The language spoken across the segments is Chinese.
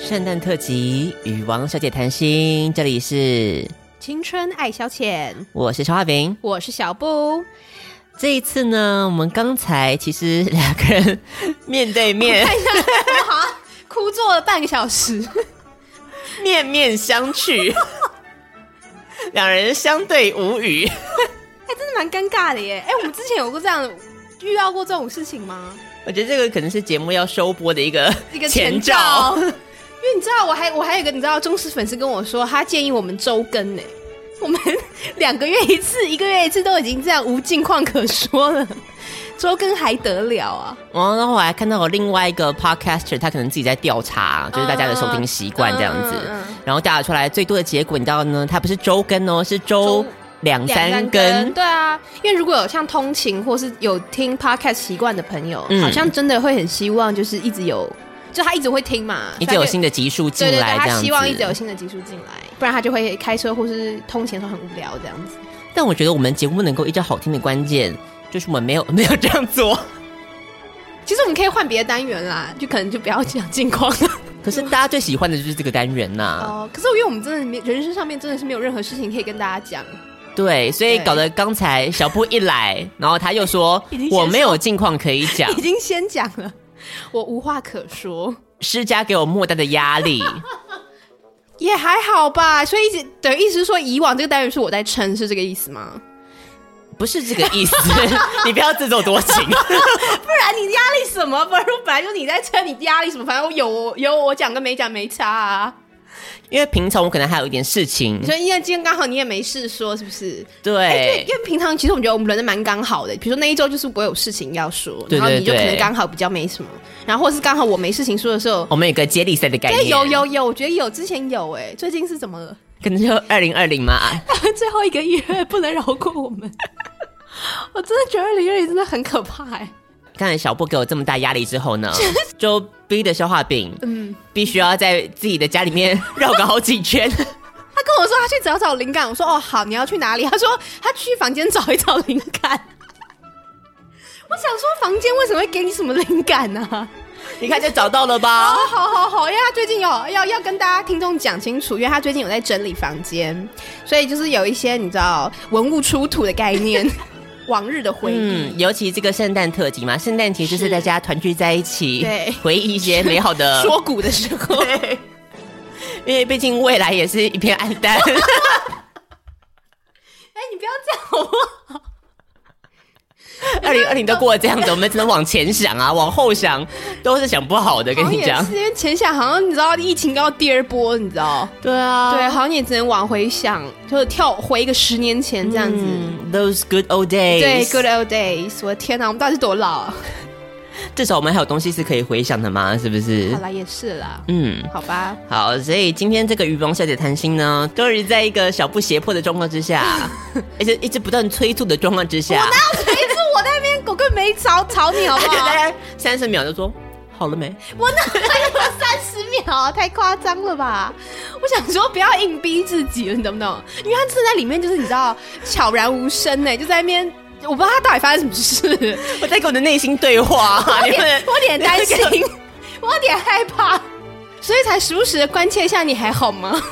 圣诞特辑与王小姐谈心，这里是青春爱消遣，我是肖化饼。我是小布，这一次呢，我们刚才其实两个人面对面、 我好像哭坐了半个小 时，面面相觑，两人相对无语。哎，真的蛮尴尬的耶。哎，我们之前有过这样遇到过这种事情吗？我觉得这个可能是节目要收播的一个一个前前兆兆。。 因为你知道，我还我还有一个你知道忠实粉丝跟我说，他建议我们周更呢。我们两个月一次，一个月一次都已经这样无近况可说了，周更还得了 啊？哦，然后我还看到有另外一个 podcaster，他可能自己在调查，就是大家的收听习惯这样子。嗯嗯嗯嗯然后调查出来最多的结果，你知道呢？它不是周更哦，是周周两两三根，更。对啊，因为如果有像通勤或是有听 podcast 习惯的朋友，嗯好像真的会很希望就是一直有，就他一直会听嘛，一直有所以新的集数他就。进对对来，对，这他样子。希望一直有新的集数进来，不然他就会开车或是通勤的时候很无聊这样子。但我觉得我们节目能够一直好听的关键，就是我们没有没有这样 做。其实我们可以换别的单元啦，就可能就不要讲近况了。可是大家最喜欢的就是这个单元呐、哦，可是因为我们真的没人生上面真的是没有任何事情可以跟大家讲，对，所以对搞得刚才小布一来，然后他又说 已经先我没有近况可以讲 已，经先讲了，我无话可说。施加给我莫大的压力。 也还好吧，所以一直等于意思是说，以往这个单元是我在撑，是这个意思吗？不是这个意思， 你不要自作多情。 不然你压力什么？不然本来就你在撑，你压力什么？反正我有我有我讲跟没讲没差啊。因为平常我可能还有一点事情你，说因为今天刚好你也没事说，是不是？对因为因为平常其实我觉得我们轮的蛮刚好的，比如说那一周就是我有事情要说，对然后对你就可能对刚好比较没什么，然后或是刚好我没事情说的时候。我们有个接力赛的概哎、念，有，有有，我觉得有，之前有哎、最近是怎么了？可能就二零二零嘛。 最后一个月不能饶过我们， 我真的觉得二零二零真的很可怕哎、刚才小布给我这么大压力之 后呢，就逼的消化饼，嗯，必须要在自己的家里面绕个好几 圈。他跟我说他去找找灵感，我说哦好，你要去哪里？他说他去房间找一找灵感。 我想说房间为什么会给你什么灵感呢、你看就找到了 哦 吧？，好好好，因为他最近有要要跟大家听众讲清楚，因为他最近有在整理房间，所以就是有一些你知道文物出土的概念， 往日的回忆。嗯，尤其这个圣诞特辑嘛，圣诞节就是大家团聚在一起，对，回忆一些美好的 说古的时候， 因为毕竟未来也是一片暗 淡。哎、你不要这样好不好？二零二零都过了这样子，我们只能往前想 啊，往后想都是想不好的。跟好像你也讲是，，因为前想好像你知道疫情到第二波，你知道，对啊对，好像也只能往回想，就是跳回个十年前这样子。嗯，Those good old days，对，Good old days，我的天哪，我们到底是多老啊？至少我们还有东西是可以回想的嘛，是不是好？啦，也是啦，嗯，好吧。好，所以今天这个渔翁小姐谈心呢，终于在一个小不胁迫的状况之 下，而且一直不断催促的状况之下，每次哎我在那边，狗根本没吵吵你，好她不 就大好？概三十秒就说好了没？我哪有三十秒啊？太夸张了吧！我想说，不要硬逼自己了，你懂不懂？因为他真的在里面，就是你知道，悄然无声呢、就在那边，我不知道他到底发生什么事，我在跟我的内心对话， 我有 你们点，我有点担 心你们给，我有点害怕，所以才时不时的关切一下你还 好吗？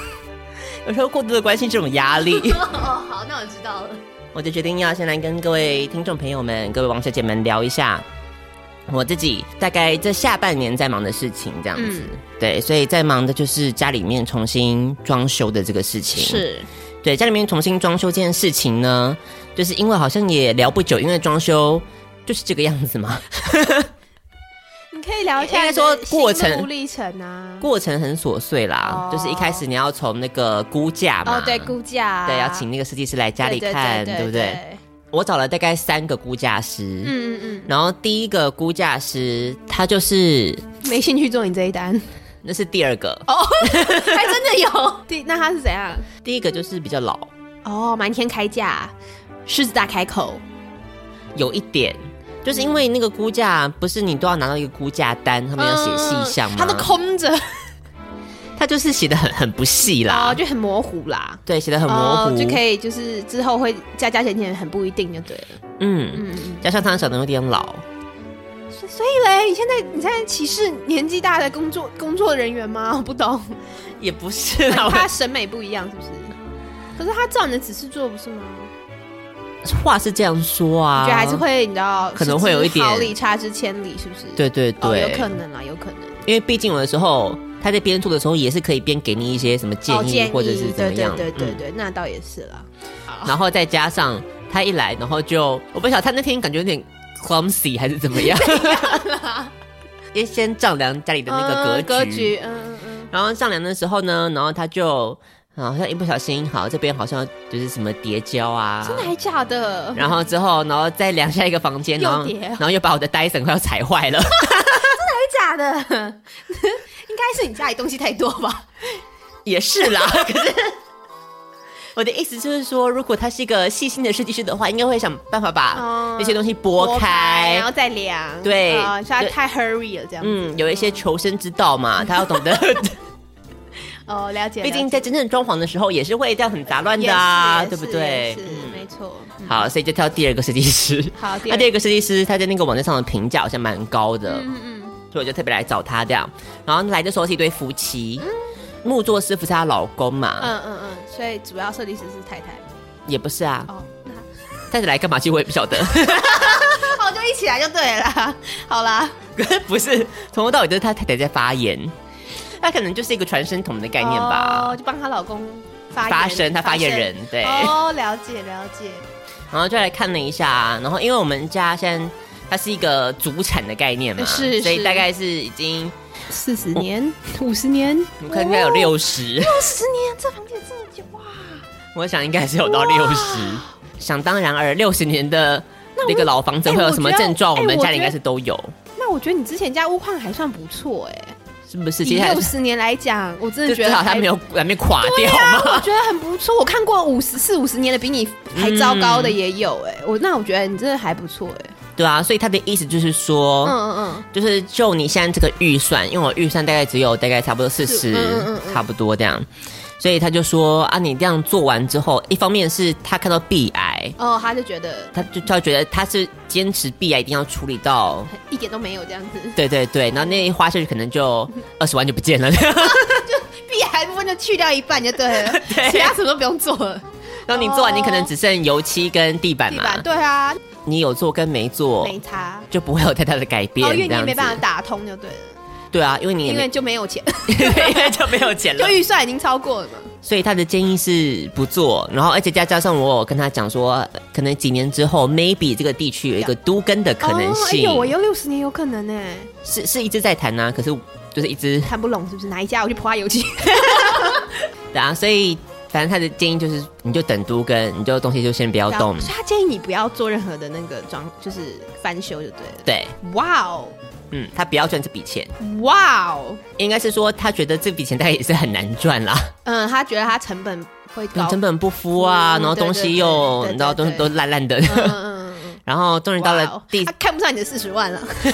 有时候过度的关心这种压力，哦，好，那我知道了。我就决定要先来跟各位听众朋友们、各位王小姐们聊一下我自己大概这下半年在忙的事情，这样子。嗯对，所以在忙的就是家里面重新装修的这个事情。。是，对，家里面重新装修这件事情呢，就是因为好像也聊不久，因为装修就是这个样子嘛， 你可以聊一应下该你的说过心路程历程啊。过程很琐碎啦。哦就是一开始你要从那个估价嘛，哦，对，估价啊、对，要请那个设计师来家里看，对不对？？我找了大概三个估价师，嗯嗯然后第一个估价师他就是嗯，没兴趣做你这一单，那是第二个，哦 还真的有。对，那他是怎样？第一个就是比较老，哦，瞒天开价，狮子大开口。有一点。就是因为那个估价不是你都要拿到一个估价单，他他们要写细项吗？嗯他都空着，他就是写的很很不细啦。哦，就很模糊啦。对，写的啊很模糊，哦，就可以就是之后会加加减减，很不一定就对了。嗯，嗯，加上他长得有点老，是所以嘞，你现在你现在歧视年纪大的工作工作人员吗？我不懂，也不 是啦，他我审美不一样是不是？可是他照你的指示做不是吗？话是这样说啊，我觉得还是会，你知道，可能会有一点失之毫厘差之千里，是不是？对对对，哦，有可能啦，有可能。因为毕竟有的时候他在边做的时候也是可以边给你一些什么建哦，议建或者是议怎么对对样，对对嗯对，那倒也是啦。然后再加上他一来，然后就我不晓得他那天感觉有点 clumsy 还是怎么 样，因为先丈量家里的那个嗯格格局，嗯嗯嗯，然后丈量的时候呢，然后他就好像一不小心，好这边好像就是什么叠胶啊，真的还假 的？然后之后，然后再量下一个房间，又然后叠然后又把我的 Dyson 快要踩坏 了，假的， 应该是你家里东西太多 吧？也是 啦。可是我的意思就是说，如果他是一个细心的设计师的话，应该会想办法把哦那些东西拨开。然后再量。对啊，所以他对太 hurry 了，这样。嗯嗯，有一些求生之道嘛，他要懂 得。哦，了解。毕竟了在真正装潢的时候，也是会这样很杂乱解的啊，也对是不也对是？也是，没错。嗯好，所以就挑第二个设计师。好，第那二第二个设计师，他在那个网站上的评价好像蛮高的。嗯嗯所以我就特别来找他这样。然后来的时候是一对夫妻，木作师傅是她老公嘛，嗯嗯嗯，所以主要设计师是太太。也不是啊，哦，那但是来干嘛去我也不晓得， 好，就一起来就对了。 好啦，不是从头到尾都是他太太在发言，他可能就是一个传声筒的概念吧哦，。就帮她老公发言发声，他发言声人对，哦，了解了解。然后就来看了一下，然后因为我们家现在它是一个祖产的概念嘛，是所以是大概是已经四十年、五十年，我看应该有哦六十、十年，这房间这么久哇！我想应该是有到六十。想当然而六十年的那个老房子哎会有我什么觉得症状，哎我们我家里应觉该得是都有，那我觉得你之前家屋况还算不错哎、是不是？以其实还六十年来讲，我真的就觉至得少他还没有还没垮对掉啊，嘛。 我觉得很不错。我看过五十四五十年的比你还糟糕的也有哎、我那我觉得你真的还不错哎、 对啊，所以他的意思就是说，嗯嗯就是就你现在这个预算，因为我预算大概只有大概差不多四十、嗯嗯嗯差不多这样。所以他就说啊，你这样做完之后，一方面是他看到壁癌，嗯，哦，他就觉得他就他觉得他是坚持壁癌一定要处理到，一点都没有这样子，对对对，然后那一花下去可能就嗯二十万就不见了。避癌部分就去掉一半就对 了，其他什么都不用做了。然后你做完，你可能只剩油漆跟地板地嘛，板对啊，你有做跟没做没差。就不会有太大的改变，哦，因为你这也样没子办法打通就对了，对啊，因为你也因为没就没 有钱，因为就没有钱 了就，预算已经超过了嘛。所以他的建议是不做，然后而且再加上我有跟他讲说，呃可能几年之后，maybe 这个地区有一个都更的可能性，哦哎呦我有六十年有可能呢，是是一直在谈啊，可是就是一直看不拢是不是？哪一家我去泼他油漆？啊，所以反正他的建议就是，你就等都更，你就东西就先不要动，所以他建议你不要做任何的那个装，就是翻修就对了。对，哇哦，嗯，他不要赚这笔钱，哇哦，应该是说他觉得这笔钱大概也是很难赚啦，嗯，他觉得他成本会高，成本不敷啊，嗯然后东西又对对对对你知道对东对西都烂烂的，嗯嗯嗯嗯， 然后终于到哇了哦第他，看不上你的四十 万了， 对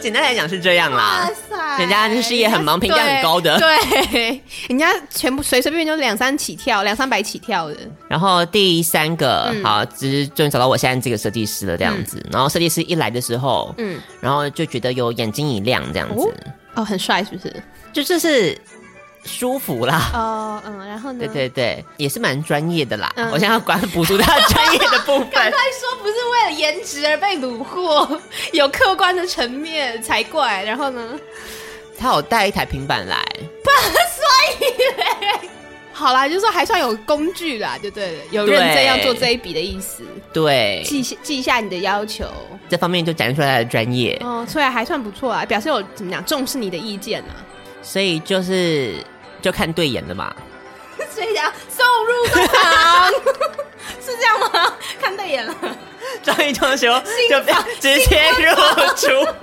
简单来讲是这样啦哇，塞啊人家就是也很忙评价很高的对，对 人家全部随随便便就两三起跳，两三百起跳的，然后第三个，嗯好，只是终于找到我现在这个设计师了，这样子。然后设计师一来的时候，嗯，然后就觉得有眼睛一亮，这样子，哦哦，很帅是不是？就就是舒服啦。哦，嗯，然后呢？对对对，也是蛮专业的啦。嗯我现在要管补足他专业的部赶 分快。说不是为了颜值而被虏获， 有客观的层面才怪。然后呢？他有带一台平板来，好啦，就是说还算有工具啦，就对了，有认真要做这一笔的意思，对，记下记下你的要求。这方面就展现出来他的专业，哦，出来还算不错啊，表示有怎么讲重视你的意见啊。所以就是就看对眼了嘛。所以讲送入洞房 是这样吗？看对眼了，张一装修就不要直接入住。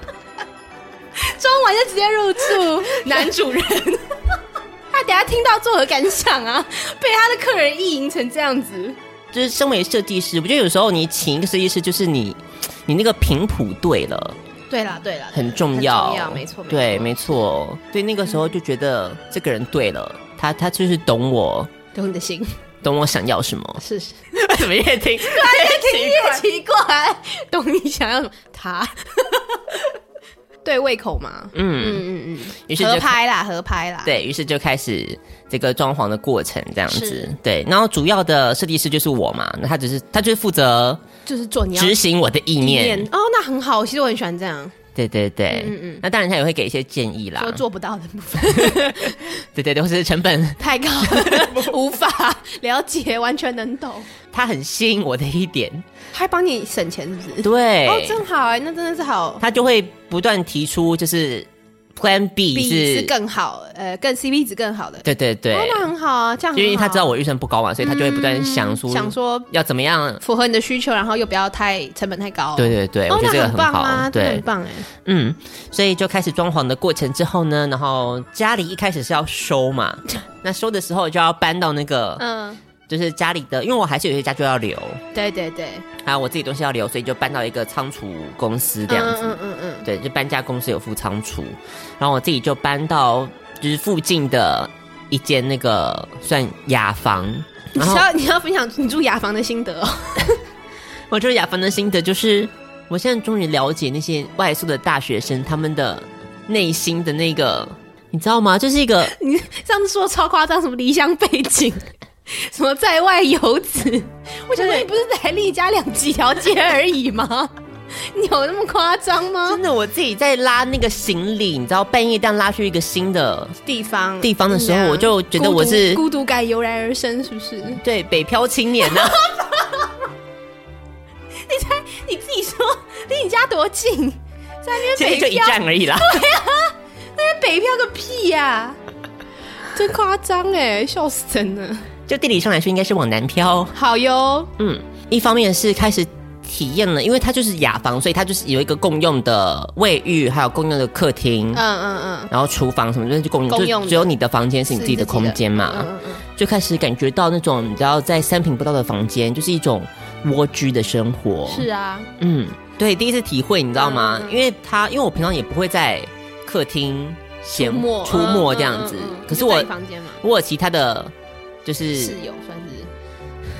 中完就直接入住男主人。 他等下听到作何感想啊？被他的客人意淫成这样子。就是身为设计师，我觉得有时候你请一个设计师，就是你你那个频谱对了，对啦，对啦，很重要，很重要，没错，对，没没错，所以那个时候就觉得这个人对了，他他就是懂我，错懂你的心， 懂我想要什么。是是，怎么越听听越奇怪。懂你想要什么？他 对胃口嘛？嗯，嗯嗯于是嗯，合就拍啦，合拍啦。，对于是就开始这个装潢的过程这样子是。对，然后主要的设计师就是我嘛，那他只是他就是负责就是做你要执行我的意念。哦，那很好。其实我很喜欢这样，对对对，嗯嗯那当然他也会给一些建议啦说。做不到的部分对对对，或者是成本，太 高了，无法了解，完全能懂，他很吸引我的一 点。还帮你省钱是不是？对，哦，真好哎，那真的是好。他就会不断提出就是 Plan B 比是是更好，呃，更 CP 值更好的，对对对哦，，那很好啊，这样很好因为他知道我预算不高嘛，所以他就会不断想出嗯想说要怎么样。符合你的需求，然后又不要太成本太高，对对对，哦，我觉那得这个棒好。啊，真的对很，棒哎，嗯，所以就开始装潢的过程之后呢，然后家里一开始是要收嘛，那收的时候就要搬到那个，嗯，就是家里的，因为我还是有些家具要留，对对对，还有啊我自己东西要留，所以就搬到一个仓储公司这样子。嗯嗯嗯对，就搬家公司有副仓储，然后我自己就搬到就是附近的一间那个算雅房，嗯，然你后要你要分享你住雅房的心得哦，我觉得雅房的心得就是，我现在终于了解那些外宿的大学生他们的内心的那个，你知道吗？就是一个你上次说超夸张，什么离乡背景， 什么在外游子，我想说你不是才离家两几条街而已吗？ 你有那么夸张 吗真？的我自己在拉那个行李，你知道半夜这样拉去一个新的地方地方的时候嗯啊我就觉得我是孤独孤独感油然而生，是不是？对北漂青年啊 呢、你自己说离你家多近，在那其实边就北一漂，站而 已啦。那边北漂个屁呀、真夸张哎，笑死人了。就地理上来说，应该是往南漂。好哟，嗯，一方面是开始体验了，因为它就是雅房，所以它就是有一个共用的卫浴，还有共用的客厅，嗯嗯嗯，然后厨房什么的就共用，共用就的只有你的房间是你自己的是自己的空间嘛。嗯嗯嗯就开始感觉到那种你知道在三平不到的房间，就是一种蜗居的生活。是，啊，嗯，对，第一次体会，你知道吗？嗯嗯因为他，因为我平常也不会在客厅闲没出没这样子，嗯嗯嗯嗯可是就在我你房间嘛。我有其他的，就是室友算是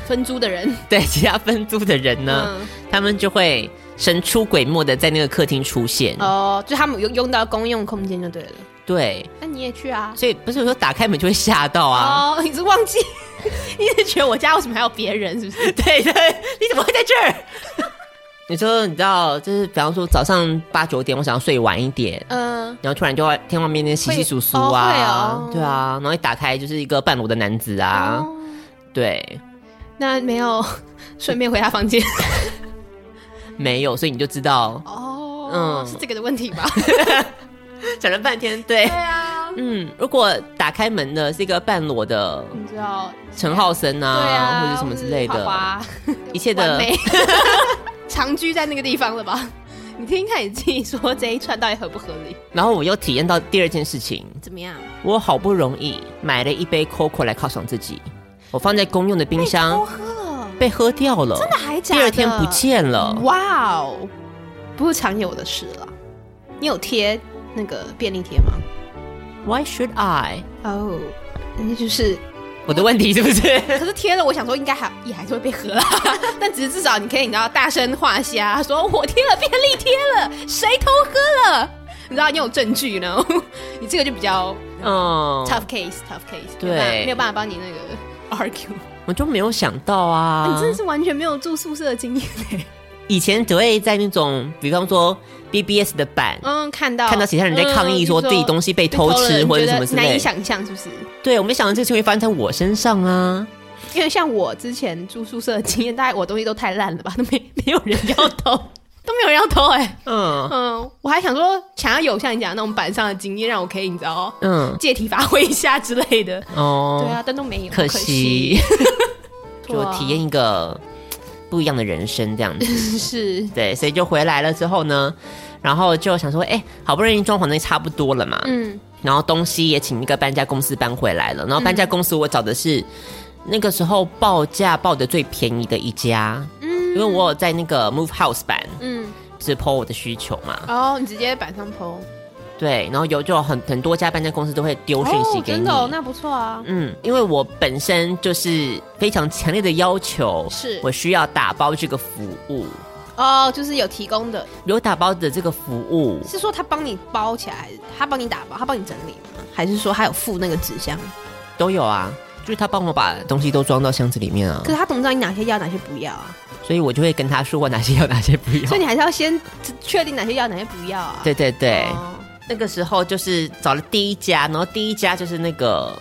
分租的人 对其他分租的人呢。嗯，他们就会神出鬼没的在那个客厅出现。哦，就他们用用到公用空间就对了。对，那你也去啊？所以不是说打开门就会吓到啊。哦，你是忘记？ 你是觉得我家为什么还有别人？是不是？ 对对，你怎么会在这儿？你说你知道，就是比方说早上八九点，我想要睡晚一点。嗯，然后突然就会听外面那稀稀疏疏啊，会哦会哦对啊，然后一打开就是一个半裸的男子啊，哦对，那没有 顺便回他 房间。没有，所以你就知道，哦，嗯是这个的问题吧？讲了半天， 对，啊，嗯，如果打开门的是一个半裸的你知道？陈浩森啊，对啊，或者什么之类的，花花一切完的美， 长居在那个地方了吧？你听听看你自己说这一串到底合不合理？然后我又体验到第二件事情，怎么样？我好不容易买了一杯 Coco 来犒赏自己，我放在公用的冰箱偷喝了，被喝掉了，哎真的还假第的？二天不见了。哇哦，不是常有的事了。你有贴那个便利贴吗？ Why should I？哦，那就是，我的问题是不是？ 可是贴了，我想说应该还也还是会被喝啦，啊 但只是至少你可以你知道大声画虾，说我贴了便利贴了，谁偷喝了？你知道你有证据呢， 你这个就比较嗯， tough case tough case，对没有办法没有办法帮你那个 argue，、我就没有想到啊。嗯你真的是完全没有住宿舍的经验、欸。以前只会在那种，比方说 BBS 的版。嗯，看到看到其他人在抗议，嗯说自己东西被偷吃了或者你觉什得么之难类以，想象是不是？对我没想到这个事情会发生在我身上啊！因为像我之前住宿舍的经验，大概我东西都太烂了吧，都没没有人要 偷，都没有人要偷哎、嗯嗯，我还想说，想要有像你讲的那种板上的经验，让我可以你知道嗯借题发挥一下之类的。哦，对啊，但都没有，可惜。惜， 就对啊体验一个不一样的人生这样子。是， 对，所以就回来了之后呢，然后就想说，哎、好不容易装潢的差不多了嘛，嗯，然后东西也请一个搬家公司搬回来了，然后搬家公司我找的是、那个时候报价报的最便宜的一家，嗯，因为我有在那个 Move House 版，嗯嗯，就是 PO 我的需求嘛，哦，你直接板上剖，对，然后有就有很很多家搬家公司都会丢讯息哦，给真你。的、哦，那不错啊。嗯，因为我本身就是非常强烈的要求，是我需要打包这个服务，哦，就是有提供的，有打包的这个服务，是说他帮你包起来，他帮你打包，他帮你整理吗？还是说他有附那个纸箱？都有啊，就是他帮我把东西都装到箱子里面啊可，是他怎么知道你哪些要，哪些不要啊？所以我就会跟他说我哪些要，哪些不要所以。你还是要先确定哪些要，哪些不要啊？ 对对对，哦那个时候就是找了第一家，然后第一家就是那个，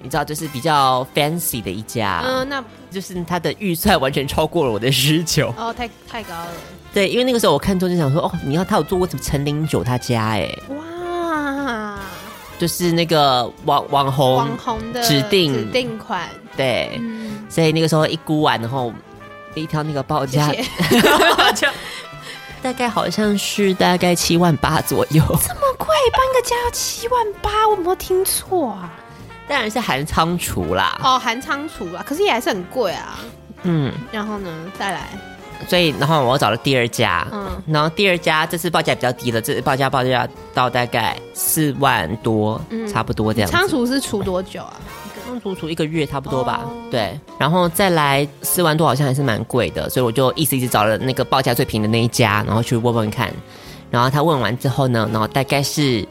你知道，就是比较 fancy 的一家，嗯，那就是它的预算完全超过了我的需求。哦，太太高了， 对，因为那个时候我看中就想说，哦，你要他有做过什么陈林九他家，哎，哇！就是那个网网红，网红的指定指定款，对，嗯，所以那个时候一估完，然后一挑那个报谢价，谢。 大概好像是大概七万八左右，这么贵，搬个家要七万八，我有没有听错啊？当然是含仓储啦。哦，含仓储啊，可是也还是很贵啊。嗯，然后呢，再来，所以然后我找了第二家，嗯然后第二家这次报价比较低了，这次报价报价到大概四万多，差不多这样子。仓储是储多久啊？嗯仓储储一个月差不多吧，哦对，然后再来四万多好像还是蛮贵的，所以我就一直一直找了那个报价最平的那一家，然后去问问看，然后他问完之后呢，然后大概是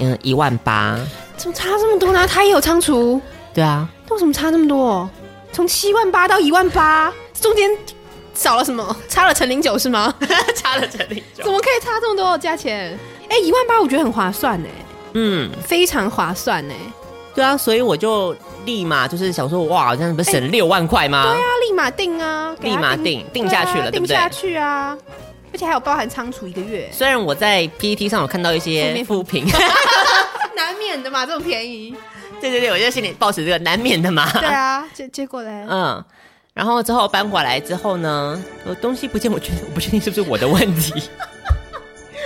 嗯一万八，怎么差这么多呢？他也有仓储，对啊，那为什么差这么多？从七万八到一万八，中间少了什么？差了陈零九是吗？差了整理 怎么可以差这么多价钱？哎、一万八我觉得很划算呢，嗯，非常划算呢。对啊，所以我就立马就是想说，哇，这样不是省六万块吗？对啊，立马定啊，给他立马定定下去了啊对不对定下去啊，而且还有包含仓储一个月，虽然我在 PPT 上有看到一些负评， 难免的嘛，这么便宜。对对对，我就心里抱持这个难免的嘛。对 啊，结结果嘞，嗯，然后之后搬过来之后呢，我东西不见，我确我不确定是不是我的问 题。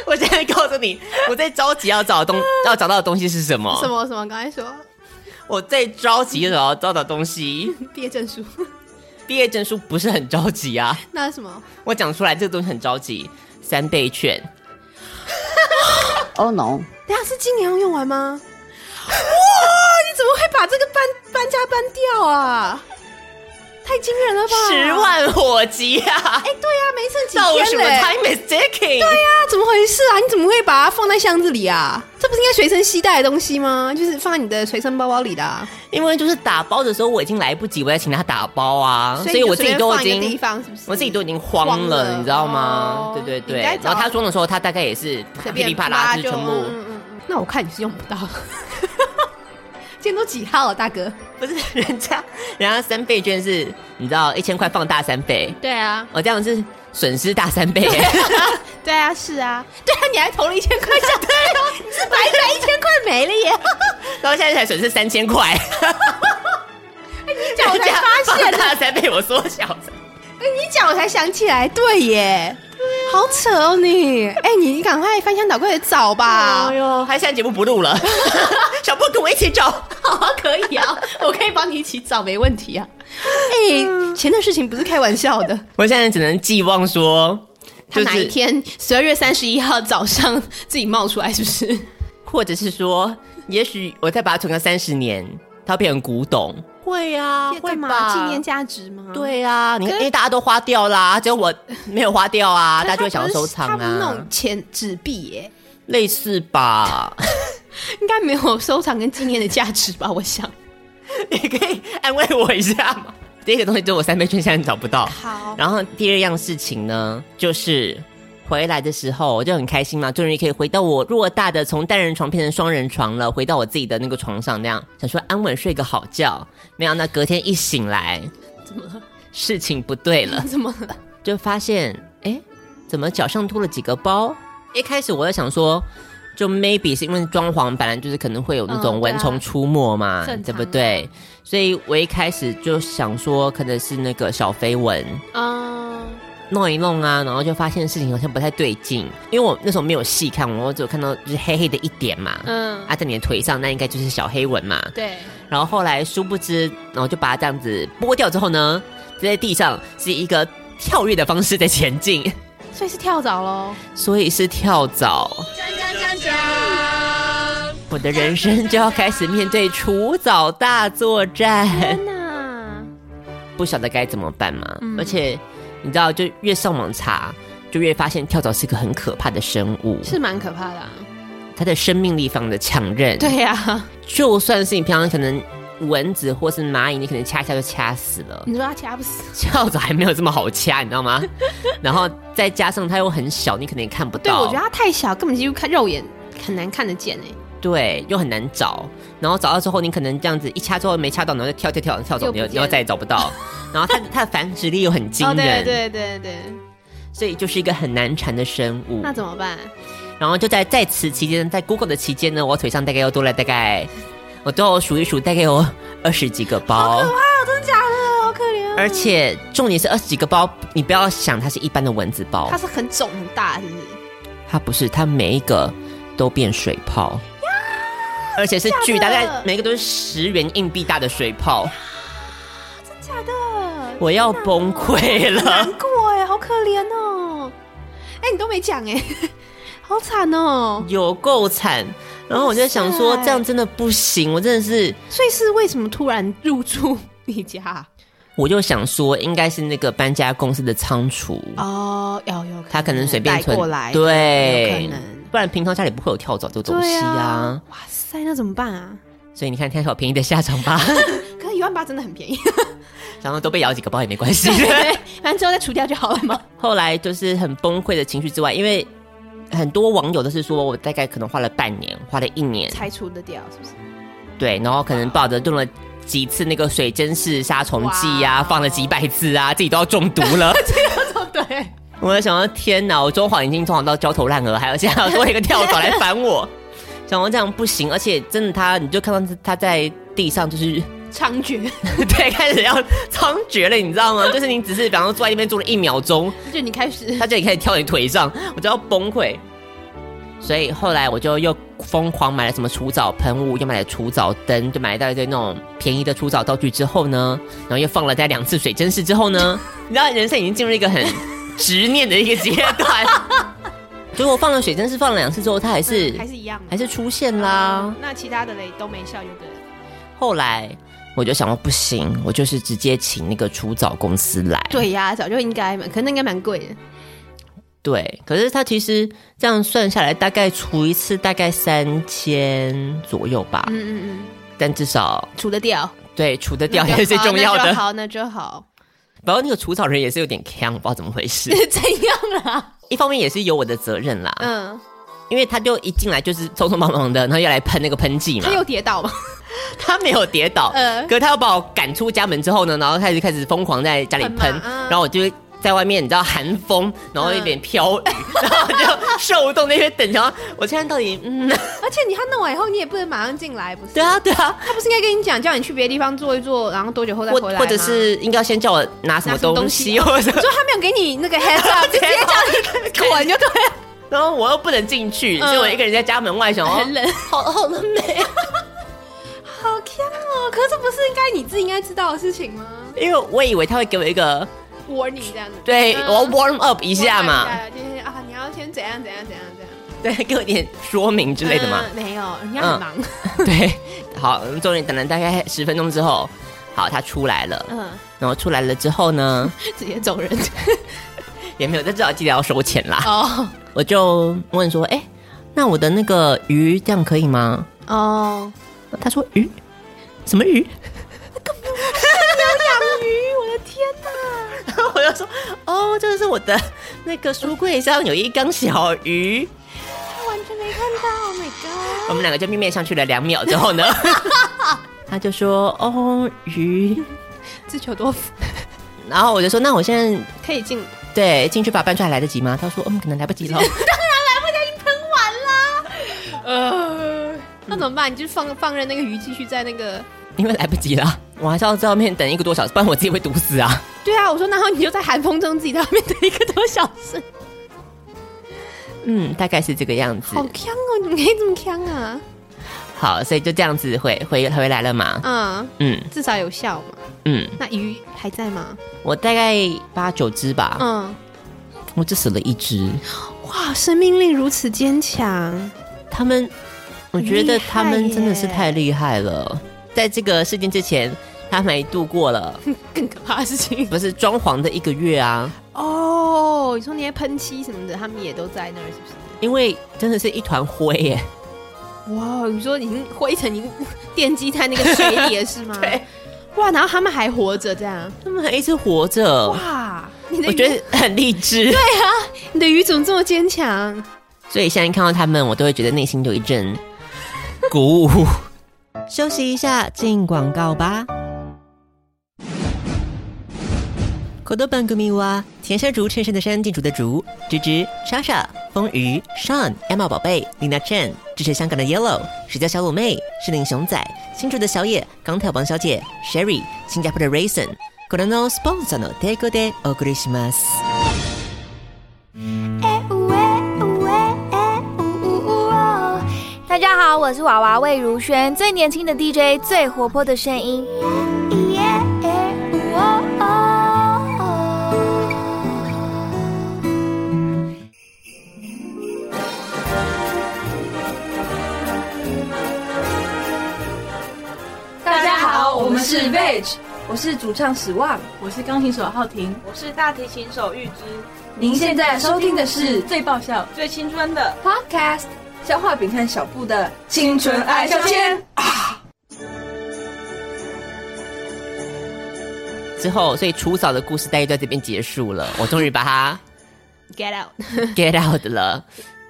我现在告诉你，我最着急要找的 东要找到的东西是什么？什么什么，刚才说我最着急的找到的东西，毕业证书， 毕业证书不是很着急啊。那是什么？我讲出来这个东西很着急，三倍券。 Oh no. 等一下是今年要用完吗？哇，你怎么会把这个搬搬家搬掉啊？太惊人了吧！十万火急啊！哎，对呀、没剩几到什天么嘞。 time is ticking？对呀、怎么回事啊？你怎么会把它放在箱子里啊？这不是应该随身携带的东西吗？就是放在你的随身包包里的、啊，因为就是打包的时候我已经来不及，我要请他打包啊，所以你就我自己都已随便放一个地经。方是不是？我自己都已经慌慌了，了你知道吗？哦对对对。你该找然后他装的时候，他大概也是随噼便里啪啦，就就全部、 嗯嗯嗯那我看你是用不到。 今天都几号了，大哥？不是人家，人家三倍券是，你知道一千块放大三倍，对啊，我这样是损失大三 倍。 对啊，是啊，对啊，你还投了一千块 下去，你是白白一千块没了耶！然后现在才损失三千块，你 讲我才发人现家放，大三倍我缩小。哎，你讲我才想起来，对耶，好扯哦你！哎，你你赶快翻箱倒柜的找吧。哎呦，还现在节目不录了， 小布跟我一起找。好啊，可以啊， 我可以帮你一起找，没问题啊。哎、钱的事情不是开玩笑的。我现在只能寄望说， 他就是哪一天十二月三十一号早上自己冒出来，是不是？或者是说，也许我再把它存个三十年，它会变成古董。会啊纪念价值吗？，对啊，你看，可因为大家都花掉啦，只有我没有花掉 啊，大家就会想要收藏它不是那啊种，钱纸币耶，类似吧？ 应该没有收藏跟纪念的价值吧？我想。你可以安慰我一下吗？第一个东西就是我三倍券现在找不到，好，然后第二样事情呢，就是回来的时候我就很开心嘛，终于可以回到我偌大的从单人床变成双人床了，回到我自己的那个床上那样，想说安稳睡个好觉。没想到隔天一醒来，怎么了？事情不对了，怎么了？就发现哎，怎么脚上多了几个包？一开始我就想说。就 maybe 是因为装潢本来就是可能会有那种嗯对啊蚊虫出没嘛，正常对不对？所以我一开始就想说，可能是那个小飞蚊，嗯，弄一弄啊，然后就发现事情好像不太对劲，因为我那时候没有细看，我只有看到就是黑黑的一点嘛，嗯啊，在你的腿上，那应该就是小黑纹嘛。对，然后后来殊不知，然后就把它这样子剥掉之后呢，就在地上是一个跳跃的方式在前进， 所以是跳蚤喽。所以是跳蚤。锵锵锵锵！我的人生就要开始面对除藻大作 战，天哪！不晓得该怎么办嘛。而且你知道，就越上网查，就越发现跳蚤是一个很可怕的生物，是蛮可怕的、啊。它的生命力非常的强韧。，对啊呀、就算是你平常可能蚊子或是蚂蚁，你可能掐一下就掐死 了，你说他掐不死，跳蚤还没有这么好掐，你知道吗？ 然后再加上它又很小，你可能也看不对到。我觉得他太小，根本就看肉眼很难看得见哎、对，又很难找。然后找到之后，你可能这样子一掐之后没掐到，然后就跳跳跳跳走，又你不又见你又再也找不 到。然后它的它的繁殖力又很惊哦，人，对对对对，所以就是一个很难缠的生物那。怎么办？然后就在在此期间，在 Google 的期间呢，我腿上大概又多了大概，我最后数一数，大概有二十几个包。啊，真的假的？好可怜、而且重点是二十几个包，你不要想它是一般的蚊子包它，是很肿很大，是不是？它不是，它每一个都变水泡，而且是巨大，大真的假的概每个都是十元硬币大的水泡。真假的？我要崩溃了。难过哎、好可怜哦。哎、你都没讲哎、 好惨哦。有够惨。然后我就想说哇，塞这样真的不行，我真的是，所以是为什么突然入住你家啊？我就想说，应该是那个搬家公司的仓储，哦，有有，他可能随便带存过来，对，有可能不然平常家里不会有跳蚤这种东对西啊啊。。哇塞，那怎么办啊？所以你看，贪小便宜的下场 吧，可是一万八真的很便宜， 然后都被咬几个包也没关系。 对，反正之后再除掉就好了嘛。后来就是很崩溃的情绪之外，因为很多网友都是说我大概可能花了半年，花了一年，才除得掉是不是？对，然后可能抱着用了几次那个水蒸式杀虫剂呀、哇放了几百次啊，自己都要中毒 了。哦， 对，我在想到，天哪！我中谎已经中谎到焦头烂额，还有现在多一个跳蚤来烦我， 想说这样不行，而且真的他，你就看到他在地上就是 猖獗，对开始要猖獗了，你知道吗？就是你只是比方说坐在那边坐了一秒钟，就你开始他就已经开始跳你腿上，我就要崩溃。所以后来我就又疯狂买了什么除藻喷雾，又买了除藻灯，就买了一大堆那种便宜的除藻道具。之后呢，然后又放了大概两次水蒸室之后呢，你知道人生已经进入一个很执念的一个阶段。 结果放了水蒸室放了两次之后，它还是、还是一样的，还是出现啦哦。那其他的嘞都没效就对了。后来我就想说不行，我就是直接请那个除藻公司来。对呀，早就应该嘛，可能那应该蛮贵的。对，可是它其实这样算下来，大概除一次大概三千左右吧。嗯嗯嗯，但至少除得掉，对除得掉那就才是最重要嗯好那就的。 好，那就好。然后那个除草人也是有点坑，我不知道怎么回事。 怎样啦？一方面也是有我的责任啦，嗯，因为他就一进来就是匆匆忙忙的，然后要来喷那个喷剂嘛他。又 跌倒嘛？他没有跌倒，哎嗯可是他又把我赶出家门之后呢，然后开始开始疯狂在家里喷喷嘛，嗯然后我就在外面，你知道寒风，然后有点飘雨，然后就受冻那边等，然后我现在到底嗯，而且你他弄完以后，你也不能马上进来，不是？对啊对啊，他不是应该跟你讲，叫你去别的地方坐一坐，然后多久后再或回来吗或者是应该要先叫我拿什么东西，拿或者就他没有给你那个 heads up，就直接叫你滚就对了。然后我又不能进去，所以我一个人在家门外想，哦很冷，好好冷美，好强哦！可是这不是应该你自己应该知道的事情吗？ 因为我以为他会给我一个，我你这样子，对嗯我要 warm up 一下嘛，，就是啊，你要先怎样怎样怎样怎样 对，给我一点说明之类的嘛，嗯没有，人家很忙。 对，好，终于等了大概十分钟之后，好，他出来了， 嗯，然后出来了之后呢，直接走人也没有，但至少记得要收钱啦，哦我就问说，哎，那我的那个鱼这样可以吗？ 哦，他说鱼，什么鱼？养鱼，我的天哪！然后 我就说，哦，这个是我的那个书柜上有一缸小 鱼。他完全没看到，Oh my god！我们两个就面面相觑了两秒之后呢， 他就说，哦，鱼。自求多福，然后我就说，那我现在可以进。对进去把它搬出来来得及吗？他说，嗯，可能来不及了。 呃，那怎么办？你就放放任那个鱼继续在那个。因为来不及了，我还是要在外面等一个多小时，不然我自己会毒死啊！对啊，我说，然后你就在寒风中自己在外面等一个多小时， 嗯，大概是这个样子。好强哦！你怎么可以这么强啊？好，所以就这样子回回回来了嘛。嗯，嗯至少有效嘛。嗯，那鱼还在吗？我大概八九只吧，嗯，我只死了一只。哇，生命力如此坚强，他们我觉得他们真的是厉害太耶厉害了。在这个事件之前，他们还度过 了更可怕的事情不是装潢的一个月啊，哦。你说那些喷漆什么的，他们也都在那儿，是不是？因为真的是一团灰耶。哇，你说已经灰尘已经奠基在那个水里了，是吗？ 对。哇，然后他们还活着，这样他们还一直活着，嗯哇！你的我鱼觉得很励志。对，你的鱼怎么这么坚强？所以现在看到他们，我都会觉得内心有一阵鼓舞。 休息一下，进广告吧。この番組は田山竹衬衫的山建筑的竹芝芝、莎莎、风鱼、Sean、Emma 宝贝、Lina Chen 支持香港的 Yellow、石家小卤妹、士林熊仔、新竹的小野、港台王小姐、Sherry、新加坡的 Raisin。これのスポンサーの提供でお送りします。大家好，我是娃娃魏如萱，最年轻的 DJ，最活泼的声音。大家好，我们是 Veg，我是主唱史旺。我是钢琴手浩婷，我是大提琴手玉芝，您现在收听的是最最爆笑。最青春的 Podcast 消化饼和小布的青春爱消遣。之后，所以除嫂的故事大概就在这边结束 了。我终于把它 Get out！ get out 了，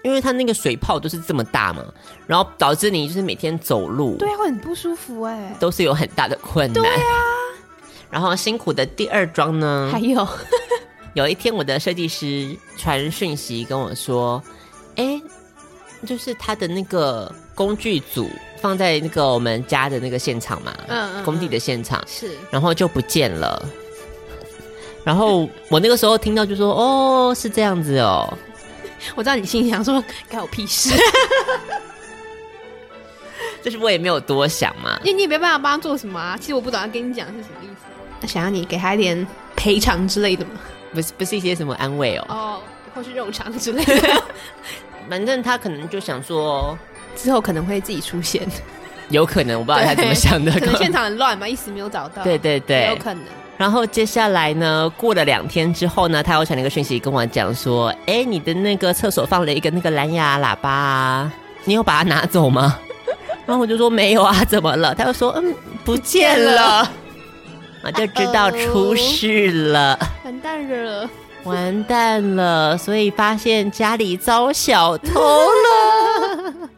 因为它那个水泡都是这么大嘛，然后导致你就是每天走路对啊，会很不舒服哎、都是有很大的困难。对啊。 然后辛苦的第二桩呢还，有，有一天我的设计师传讯息跟我说，哎，就是他的那个工具组放在那个我们家的那个现场嘛，嗯嗯嗯工地的现场，是然后就不见了。然后我那个时候听到就说：“哦，是这样子哦。我知道你心里想说，干我屁 事，”就是我也没有多想嘛因。为你也没办法帮他做什么啊。其实我不懂他跟你讲是什么意思，那想要你给他一点赔偿之类的嘛，不是不是一些什么安慰哦，哦，或是肉偿之类的，反正他可能就想说， 之后可能会自己出现，有可能我不知道他怎么想的。可 能现场很乱嘛，一时没有找 到，对对对也有可能。然后接下来呢，过了两天之后呢，他又传了一个讯息跟我讲说：“哎，你的那个厕所放了一个那个蓝牙喇叭啊，你有把它拿走吗？”然后我就说：“没有啊，怎么了？”他又说：“嗯，不见不见了 了。”我啊就知道出事了，完蛋了， 完蛋了，所以发现家里遭小偷 了。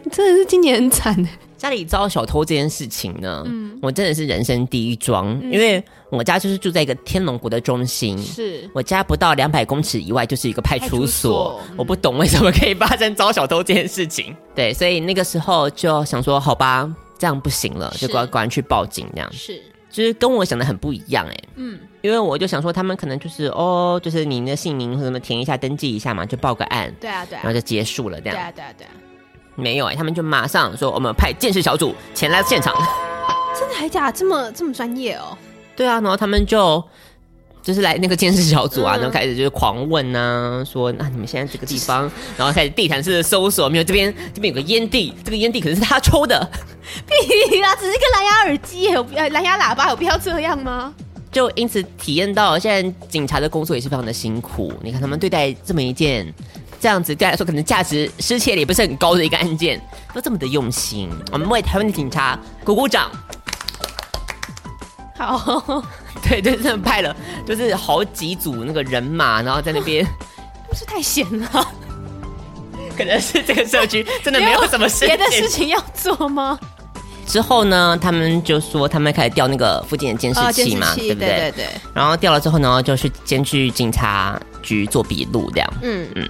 真的是今年很惨的。家里遭小偷这件事情呢，我真的是人生第一桩，因为我家就是住在一个天龙国的中心，是我家不到两百公尺以外就是一个派出所，派出所嗯我不懂为什么可以发生招小偷这件事情。对，所以那个时候就想说，好吧，这样不行了，是就果果然去报警，这样是，就是跟我想的很不一样哎、嗯，因为我就想说，他们可能就是哦，就是你的姓名或者什么填一下，登记一下嘛，就报个案，对啊，对然后啊，就结束了这对样。啊，对啊，对啊，没有哎、他们就马上说我们派鉴识小组前来现场。真的还假的？这么这么专业哦？ 对啊，然后他们就。就是来那个监视小组啊，然后开始就是狂问啊，说那、你们现在这个地方，然后开始地毯式的搜索，没有这边这边有个烟蒂，这个烟蒂可能是他抽的，屁啦，只是个蓝牙耳机耶，有必呃蓝牙喇叭有必要这样吗？就因此体验到现在警察的工作也是非常的辛苦。你看他们对待这么一件这样子对他来说可能价值失窃也不是很高的一个案件，都这么的用心，我们为台湾的警察鼓鼓掌。好，对，就是他们派了就是好几组那个人马，然后在那边。不是太闲 了，可能是这个社区真的没有什么事别的情事。情要 做吗？之后呢，他们就说他们开始调那个附近的哦监视器嘛，对对不对对，然后调了之后呢，就去先去警察局做笔录这样。嗯嗯，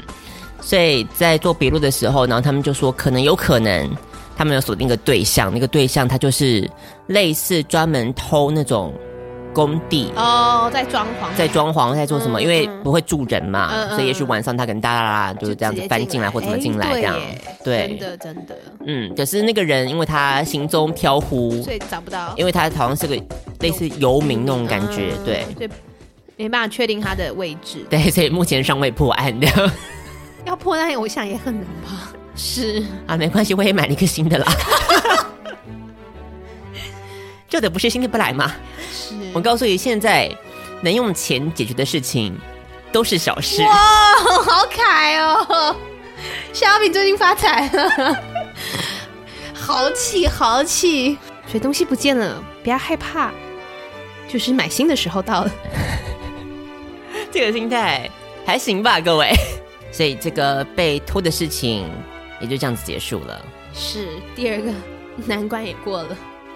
所以在做笔录的时候，然后他们就说可能有可能。他们有锁定一个对象，那个对象他就是类似专门偷那种工地哦，在装潢，在装潢啊在做什么，嗯因为不会住人嘛，嗯嗯所以也许晚上他可能哒哒哒就是这样子就直接翻进来或怎么哎进来这样对耶，对，真的真的，嗯，可是那个人因为他行踪飘忽所，以找不到因为他好像是个类似游民那种感觉，嗯对所以没办法确定他的位置，对，所以目前尚未破案的。 要破案我想也很难吧？是啊，没关系，我也买了一个新的啦。旧的不是新的不来嘛。是，我告诉你，现在能用钱解决的事情都是小事。哦，好凯哦，夏小饼最近发财了，豪气豪气！所以东西不见了，不要害怕，就是买新的时候到了。 这个心态还行吧，各位。所以这个被偷的事情也就这样子结束了。是第二个难关也过了，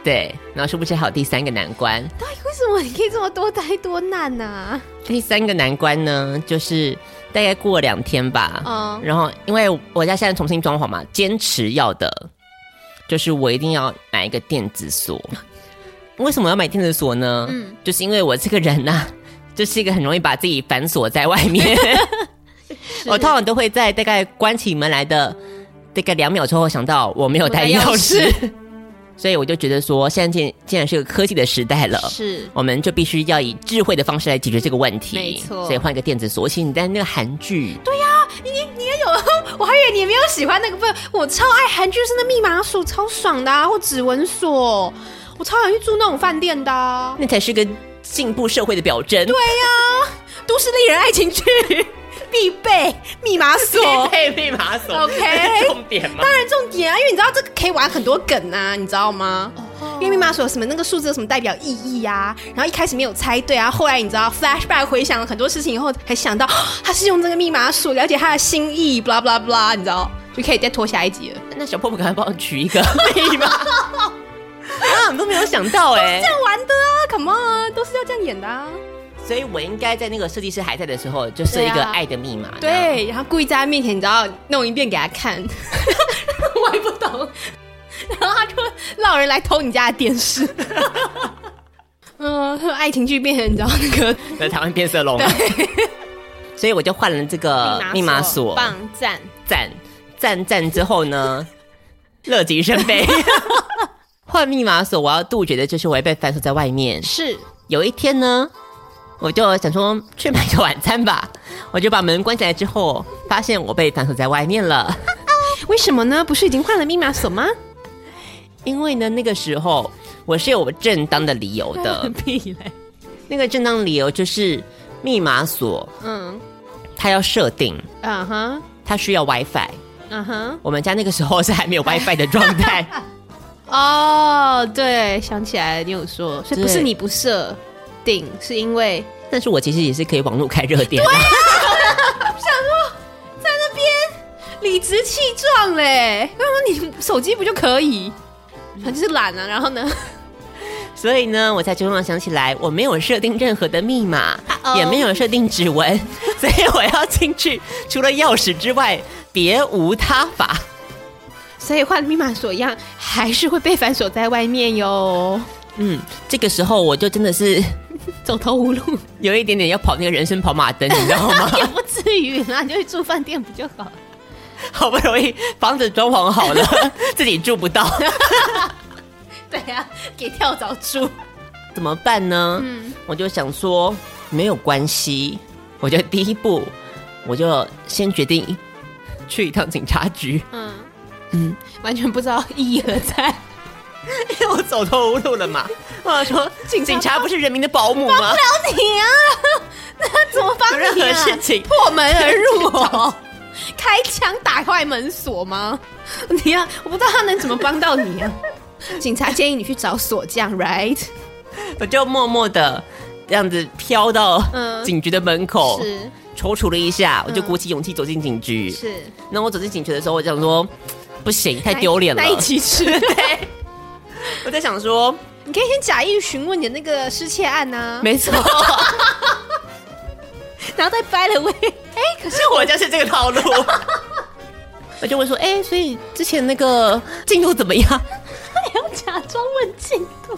对，然后殊不知还有第三个难关。为什么你可以这么多灾多难呢、第三个难关呢，就是大概过两天吧。嗯然后因为我家现在重新装潢嘛，坚持要的就是我一定要买一个电子锁。为什么要买电子锁呢？嗯，就是因为我这个人呐、就是一个很容易把自己反锁在外 面。我通常都会在大概关起门来的大概两秒之后想到我没有带我的钥钥匙匙， 所以我就觉得说，现在既既然是个科技的时代了，是我们就必须要以智慧的方式来解决这个问题。没错所以换个电子锁。其实你在那个韩剧，对， 我还以为你没有喜欢那个，不是，我超爱韩剧，是那密码锁超爽的、啊，或指纹锁，我超想去住那种饭店的啊、那才是个进步社会的表征。对，哎都市丽人爱情剧必备密码 锁。配密码锁 OK 重点嘛。当然重点啊，因为你知道这个可以玩很多梗啊，你知道吗？因为密码锁有什么那个数字有什么代表意义啊，然后一开始没有猜对啊，后来你知道 flashback 回想了很多事情以后，才 想到哦他是用这个密码锁了解他的心意，blah blah blah，你知道就可以再拖下一 集了。那小破破赶快帮我取一个 密码。啊， 我都没有想到哎、这样玩的啊，come on，都是要这样演的啊。所以我应该在那个设计师还在的时候，就设一对个啊爱的密码。这样，对，然后故意在他面前，你知道弄一遍给他看， 我也不懂，然后他就让人来偷你家的电 视。嗯，爱情剧变成你知道那个在台湾变色龙。所以我就换了这个 密码锁，呃棒赞，赞赞赞之后呢，乐极生悲。 换密码锁，我要杜绝的就是我会被反锁在外面。是有一天呢，我就想说去买个晚餐吧，我就把门关起来之后，发现我被反锁在外面了。为什么呢？不是已经换了密码锁吗？因为呢，那个时候我是有我正当的理由的， 屁嘞！那个正当理由就是密码锁嗯，它要设定，嗯哼，它需要 WiFi。嗯哼，我们家那个时候是还没有 WiFi 的状态，哦，对，想起来了，你有说，所以不是对你不设定，是因为但是我其实也是可以网络开热点的。理直气壮嘞。为什么你手机不就可以？反正就是懒啊，然后呢？所以呢，我才突然想起来，我没有设定任何的密码，哦也没有设定指纹， 所以我要进去，除了钥匙之外，别无他法。所以换密码锁一样，还是会被反锁在外面哟，嗯，这个时候我就真的是走投无路有一点点要跑那个人生跑马灯，你知道吗？也不至于啦，你就去住饭店不就好了？好不容易房子装潢好了，自己住不到， 对啊，给跳蚤住。怎么办呢？我就想说没有关系，我就第一步，我就先决定去一趟警察局。嗯嗯，完全不知道意义何在。因为 我走投无路了嘛。我想说，警警察不是人民的保姆吗？你啊， 那怎么帮有任何事情破门 而入哦，开枪打坏门锁吗？你呀、我不知道他能怎么帮到你啊。 警察建议你去找锁匠，right？我就默默的这样子飘到嗯警局的门口，是嗯踌躇了一下，我就鼓起勇气走进警局。是，那我走进警局的时候，我想说，不行，太丢脸了那。一起吃。 对，我在想说，你可以先假意询问你的那个失窃案呐、啊，没 错，然后再掰了位。哎、可是我就是这个套路。我就问说，哎、所以之前那个进度怎么样？还 要假装问进度，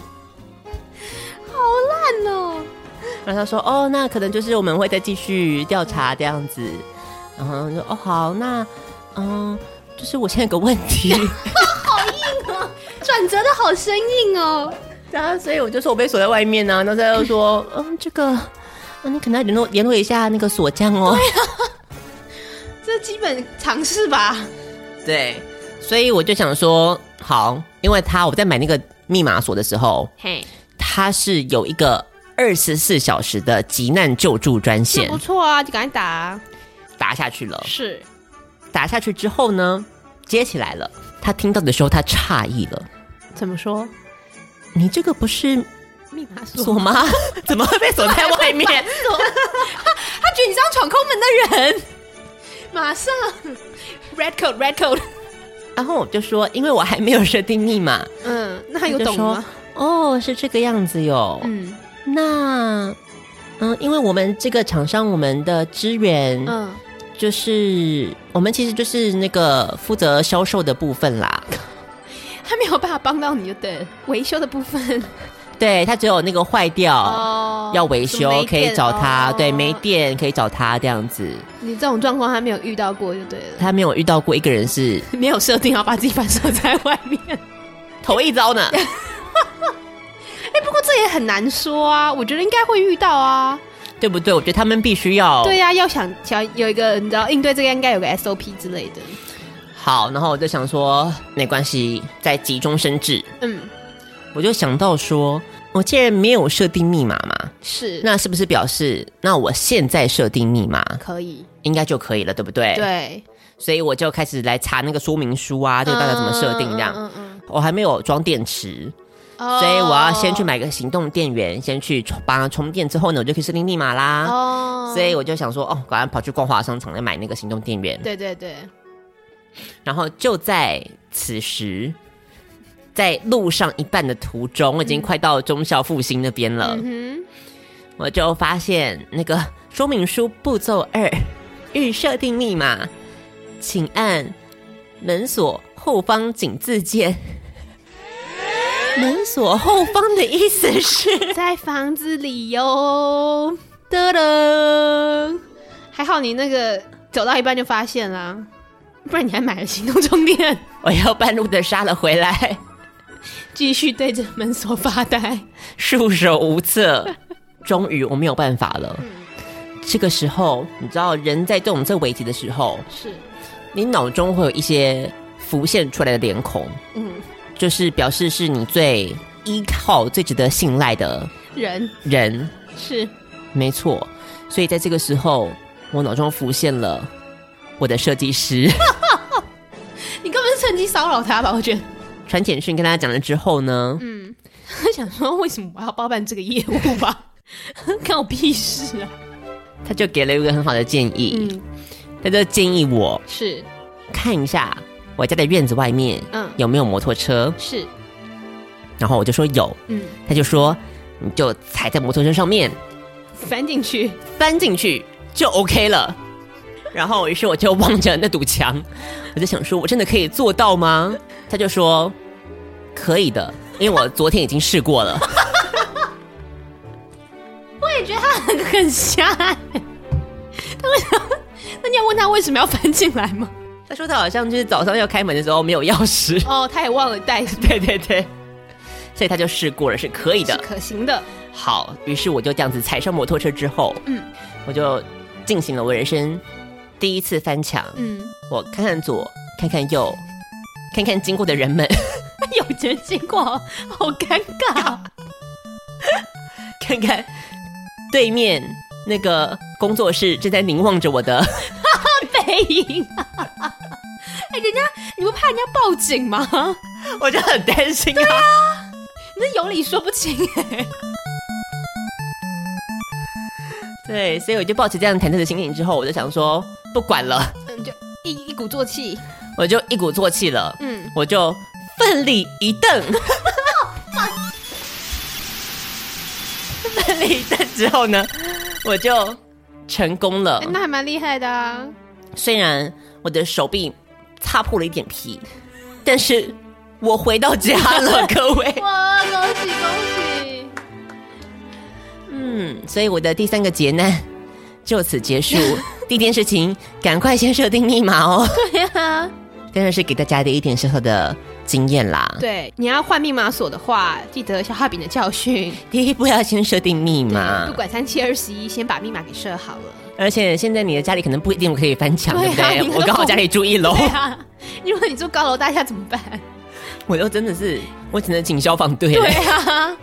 好烂哦、然后他说：“哦，那可能就是我们会再继续调查这样子。”然后说：“哦，好，那嗯，就是我现在有个问 题。转折的好生硬哦、”然啊后所以我就说我被锁在外面啊呢、然后他又说：“ 嗯，这个，嗯，你可能要联络联络一下那个锁匠哦。这基本常识吧。 对，啊所以我就想说，好，因为他我在买那个密码锁的时候，嘿，它是有一个二十四小时的急难救助专那线不，错啊，就赶快打、啊。打下去了。是，打下去之后呢，接起来了。他听到的时候，他诧异了怎么说？：“你这个不是密码锁锁 吗？怎么会被锁在外面他觉得你是要闯空门的人， 马上 red coat red coat。？”然后我就说：“因为我还没有设定密码。嗯，那”他他有就懂说吗？：“哦，是这个样子哟。嗯那嗯，因为我们这个厂商，我们的支援，嗯，就是我们其实就是那个负责销售的部分 啦。他没有办法帮到你就对了。维修的部分对，它只有那个坏掉。哦要维修可以找他，对，没。什么电电可以找他这样子。哦你这种状况他没有遇到过就对了。 他没有遇到过一个人是没有设定要把自己反锁在外面，哎、头一遭呢。 不过这也很难说啊。我觉得应该会遇到啊。对不对？我觉得他们必须要对呀、要想想有一个，你知道应对这个应该有个 SOP 之类的。好，然后我就想说，没关系，在急中生智，嗯，我就想到说，我既然没有设定密码嘛，是那是不是表示，那我现在设定密码可以。应该就可以了，对不对？，对，所以我就开始来查那个说明书啊，这个大概怎么设定这样。嗯嗯我还没有装电池，嗯所以我要先去。买个行动电源，先去充帮它充电，之后呢，我就可以设定密码啦。哦，所以我就想说，哦，赶快跑去光华商场来买那个行动电源。对对对，然后就在此时，在路上一半的途中，我已经快到中校复兴那边了，嗯我就发现那个说明书步骤二，欲设定密码，请按门锁后方井字键。门锁后方的意思是，哼，在房子里哟，噔噔，还好你那个走到一半就发现啦，不然你还买了行动充电，我要半路的杀了回来，继续对着门锁发呆。束手无策。终于我没有办法了。这个时候，你知道人在这种这危急的时候，是，你脑中会有一些浮现出来的脸孔，嗯，就是表示是你最依靠、最值得信赖的人人，是没错。所以在这个时候，我脑中浮现了我的设计 师你根本是趁机骚扰他吧？我觉得， 传简讯跟他讲了之后呢，嗯他想说为什么我要包办这个业务吧？ 看我屁事啊！他就给了一个很好的建议，嗯，他就建议我是，看一下我家的院子外面嗯，有没有摩托车，是，然后我就说有，嗯，他就说你就踩在摩托车上面，翻进去，翻进去就 OK 了。然后，于是我就望着那堵墙，我就想说，我真的可以做到吗？他就说，可以的，因为我昨天已经试过了。很瞎、欸。他为什么？那你要问他为什么要翻进来吗？他说他好像就是早上要开门的时候没有钥匙， 哦，他也忘了带，是对对对，所以他就试过了，是可以的。可行的。好，于是我就这样子踩上摩托车之后，嗯嗯，我就进行了我人生第一次翻墙。嗯，我看看左，看看右，看看经过的人们。有人经过，好尴尬。看看对面那个工作室正在凝望着我的， 背影，啊 哎、人家你不怕人家报警吗？我就很担心啊。你这有理说不清哎、对，所以我就抱持这样忐忑的心情之后，我就想说不管了，嗯，就一一鼓作气。我就一鼓作气了，嗯，我就奋力一蹬。 奋力一蹬之后呢，我就成功了哎、。那还蛮厉害的啊。虽然我的手臂擦破了一点皮，但是我回到家 了，各位。哇，恭喜恭喜！嗯，所以我的第三个劫难就此结 束。第一件事情，赶快先设定密码哦。对啊，当然是给大家的一点小小的经验啦。，对，你要换密码锁的话，记得小画饼的教训，第一步要先设定密码不，管三七二十一，先把密码给设好了。而且现在你的家里可能不一定可以翻墙，对对啊不你对？那我刚好个家里住一楼，对啊，如果你住高楼大厦怎么办？我又真的是，我只能请消防队了。 对啊，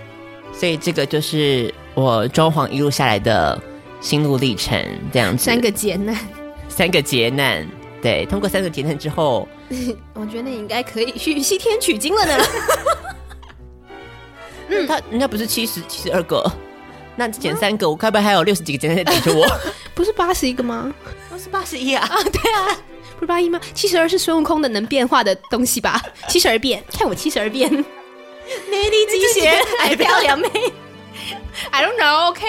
所以这个就是我装潢一路下来的心路历程，这样子。三个劫难，三个劫难，对，通过三个劫难之后，我觉得你应该可以去西天取经了呢。嗯，他人家不是七十七十二个，那减三个，我该不会还有六十几个劫难在等 着我？ 不是八十一个吗？我是八十一啊！啊，对啊，不是八一吗？七十二是孙悟空的能变化的东西吧？七十二变，看我七十二 变，哎美丽极限， 矮漂亮妹。I don't know, OK。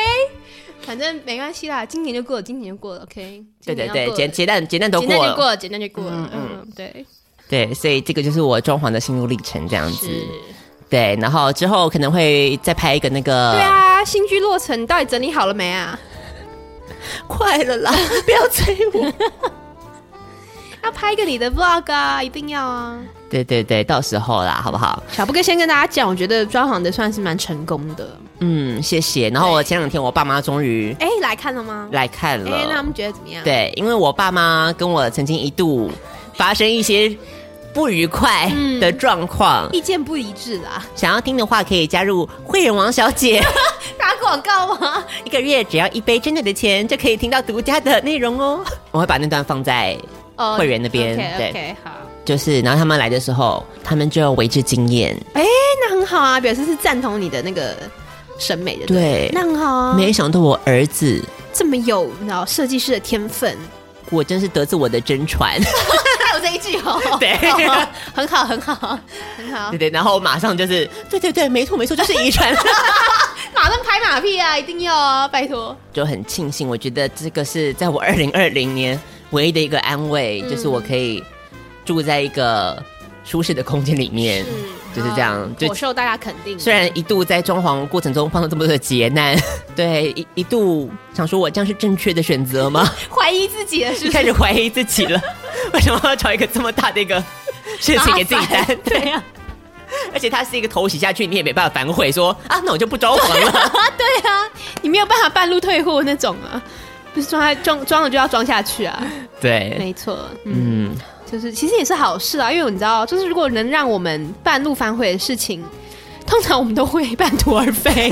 反正没关系啦，今年就过了，今年就过了，OK。对对今年对，要过了劫劫难劫难都简单过就过了，了，简单就过了，嗯嗯嗯，对，对，所以这个就是我装潢的心路历程，这样子。是。对，然后之后可能会再拍一个那个，对，啊，新居落成，你到底整理好了没啊？快了 啦，不要催我。要拍一个你的 vlog 啊，一定要啊！对对对，到时候啦，好不好？小布哥先跟大家讲，我觉得装潢的算是蛮成功的。嗯，谢谢。然后我前两天我爸妈终于哎、来看了吗？来看了，哎、那他们觉得怎么样？，对，因为我爸妈跟我曾经一度发生一些不愉快嗯的状况，意见不一致啦。想要听的话可以加入会员王小姐，打广告 吗？ 一个月只要一杯真的的钱就可以听到独家的内容哦。 我会把那段放在，哦会员那边 OK 对 OK，好。就是然后他们来的时候，他们就为之惊艳，哎、那很好啊，表示是赞同你的那个审美的。对那很好啊，没想到我儿子。这么有你知道设计师的天分。果真是得自我的真传， 还有这一句 哦， 对哦很好，很好，很好对，对，然后马上就是，对对对，没错没错，就是遗 传，马上拍马屁啊，一定要啊，拜托。就很庆幸，我觉得这个是在我二零二零年唯一的一个安慰，就是我可以住在一个舒适的空间里面，就是哦这样。就啊我受大家肯定。虽然一度在装潢过程中碰到这么多的劫难， 对，一一度想说我这样是正确的选择 吗？怀疑自己了，就是不开是？始怀疑自己 了，为什么要找一个这么大的一个事情给自己 担麻烦？对呀、而且它是一个头洗下去，你也没办法反悔说啊，那我就不装潢了。 对啊，你没有办法半路退货那种啊，就是装在装装了就要装下去啊，对，没错，嗯，嗯，就是其实也是好事啊，因为你知道，就是如果能让我们半路反悔的事情，通常我们都会半途而 废，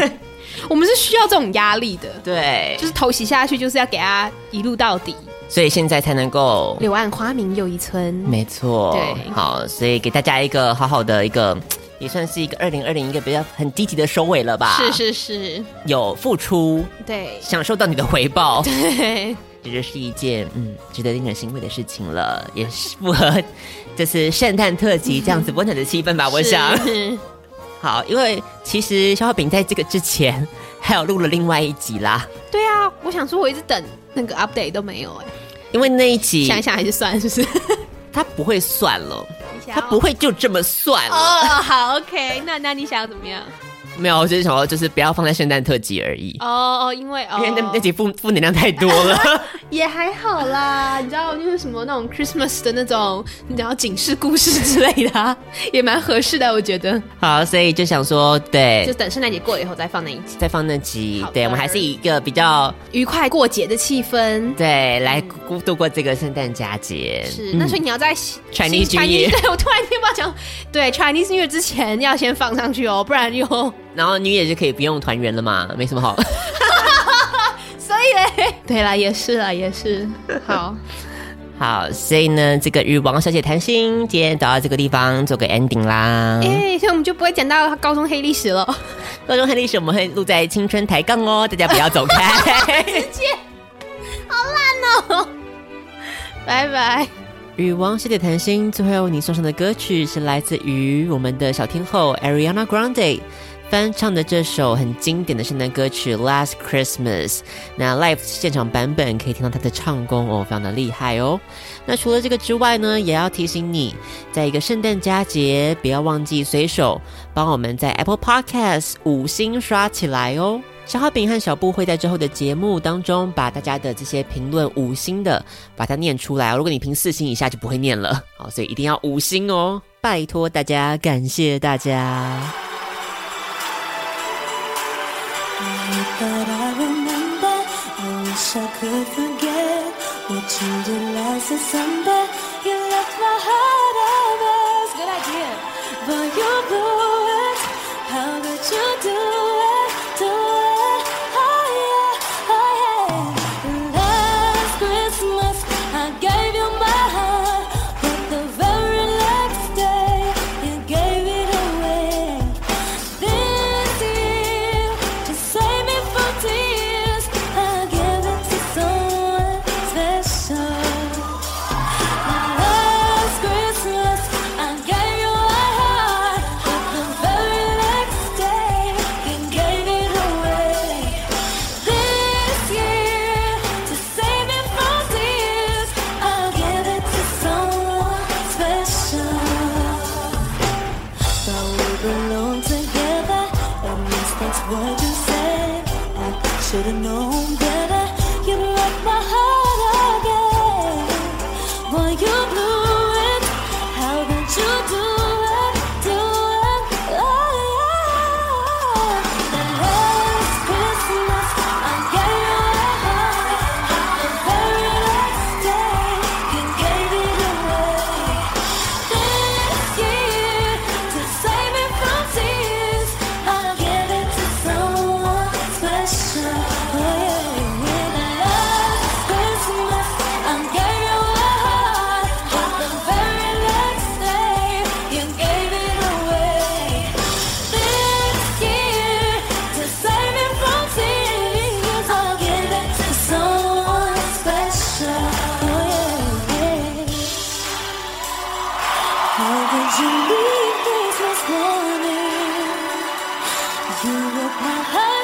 我们是需要这种压力的，对就，是头洗下去就是要给他一路到底，所以现在才能够柳暗花明又一村，没错，对好，所以给大家一个好好的一个，也算是一个二零二零一个比较很积极的收尾了吧？是，是是，有付出，对享受到你的回报，对。这就是一件嗯值得令人欣慰的事情了，也是符合就是圣诞特辑这样子温暖的气氛吧，我 想。是 好，因为其实消化饼在这个之前还有录了另外一集啦，对啊，我想说，我一直等那个 update 都没有哎、因为那一集想一想还是算了，是不是？它不会算了，它不会就这么算了。哦，好，OK，那那你想要怎么样？没有，我只是想要就是不要放在圣诞特辑而已。哦哦，因为因哦，为那那集负负能量太多 了，也还好啦，你知道就是什么那种 Christmas 的那种，你知道警示故事之类的、啊，也蛮合适的，我觉得。好，所以就想说，就对，等圣诞节过了以后再放那一集，再放那集好，的对我们还是以一个比较愉快过节的气氛。对来孤度过这个圣诞佳节。是，嗯那所以你要在新 Chinese 新 New Year 对我突然听不到讲，对 Chinese New Year 之前要先放上去哦，不然又然后女也就可以不用团圆了嘛，没什么好。 所以 嘞，对啦，也是啦，也是，好，好，所以呢，这个与王小姐谈心，今天到这个地方做个 ending 啦哎、。所以我们就不会讲到高中黑历史了。 高中黑历史我们会录在青春抬杠哦，大家不要走开。哦 拜拜。与王小姐谈心，最后要为你送上的歌曲是来自于我们的小天后 Ariana Grande 翻唱的这首很经典的圣诞歌曲《Last Christmas》。那 live 现场版本可以听到她的唱功哦，非常的厉害哦。那除了这个之外呢，也要提醒你，在一个圣诞佳节，不要忘记随手帮我们在 Apple Podcast 五星刷起来哦。小花饼和小布会在之后的节目当中把大家的这些评论五星的把它念出来哦。如果你评四星以下就不会念了，好，所以一定要五星哦，拜托大家，感谢大家。 But I remember, I wish I could forget what you did last December. You left my heart you blew it. How could you do it? Do it. Oh yeah, oh yeah. Last Christmas, I gave you my heart, but the very next day, you gave it away. This year, to save me from tears, I'll give it to someone special. Last Christmas, I gave you my heart, but the very next day you gave it away. This year, to save me from tears, I'll give it to someone special. But we belong together. At least that's what you said. I should've known better. You broke my heart again. Boy, you blew it. How did you do it? Do it? Oh yeah. The last Christmas I gave you my heart, but the very next day you gave it away. This year, to save me from tears, I'll give it to someone special. When I last Christmas, I gave you my heart, but the very next day you gave it away. This year, to save me from tears, I'll give it to someone Oh, special. How could you leave this this morning? You broke my heart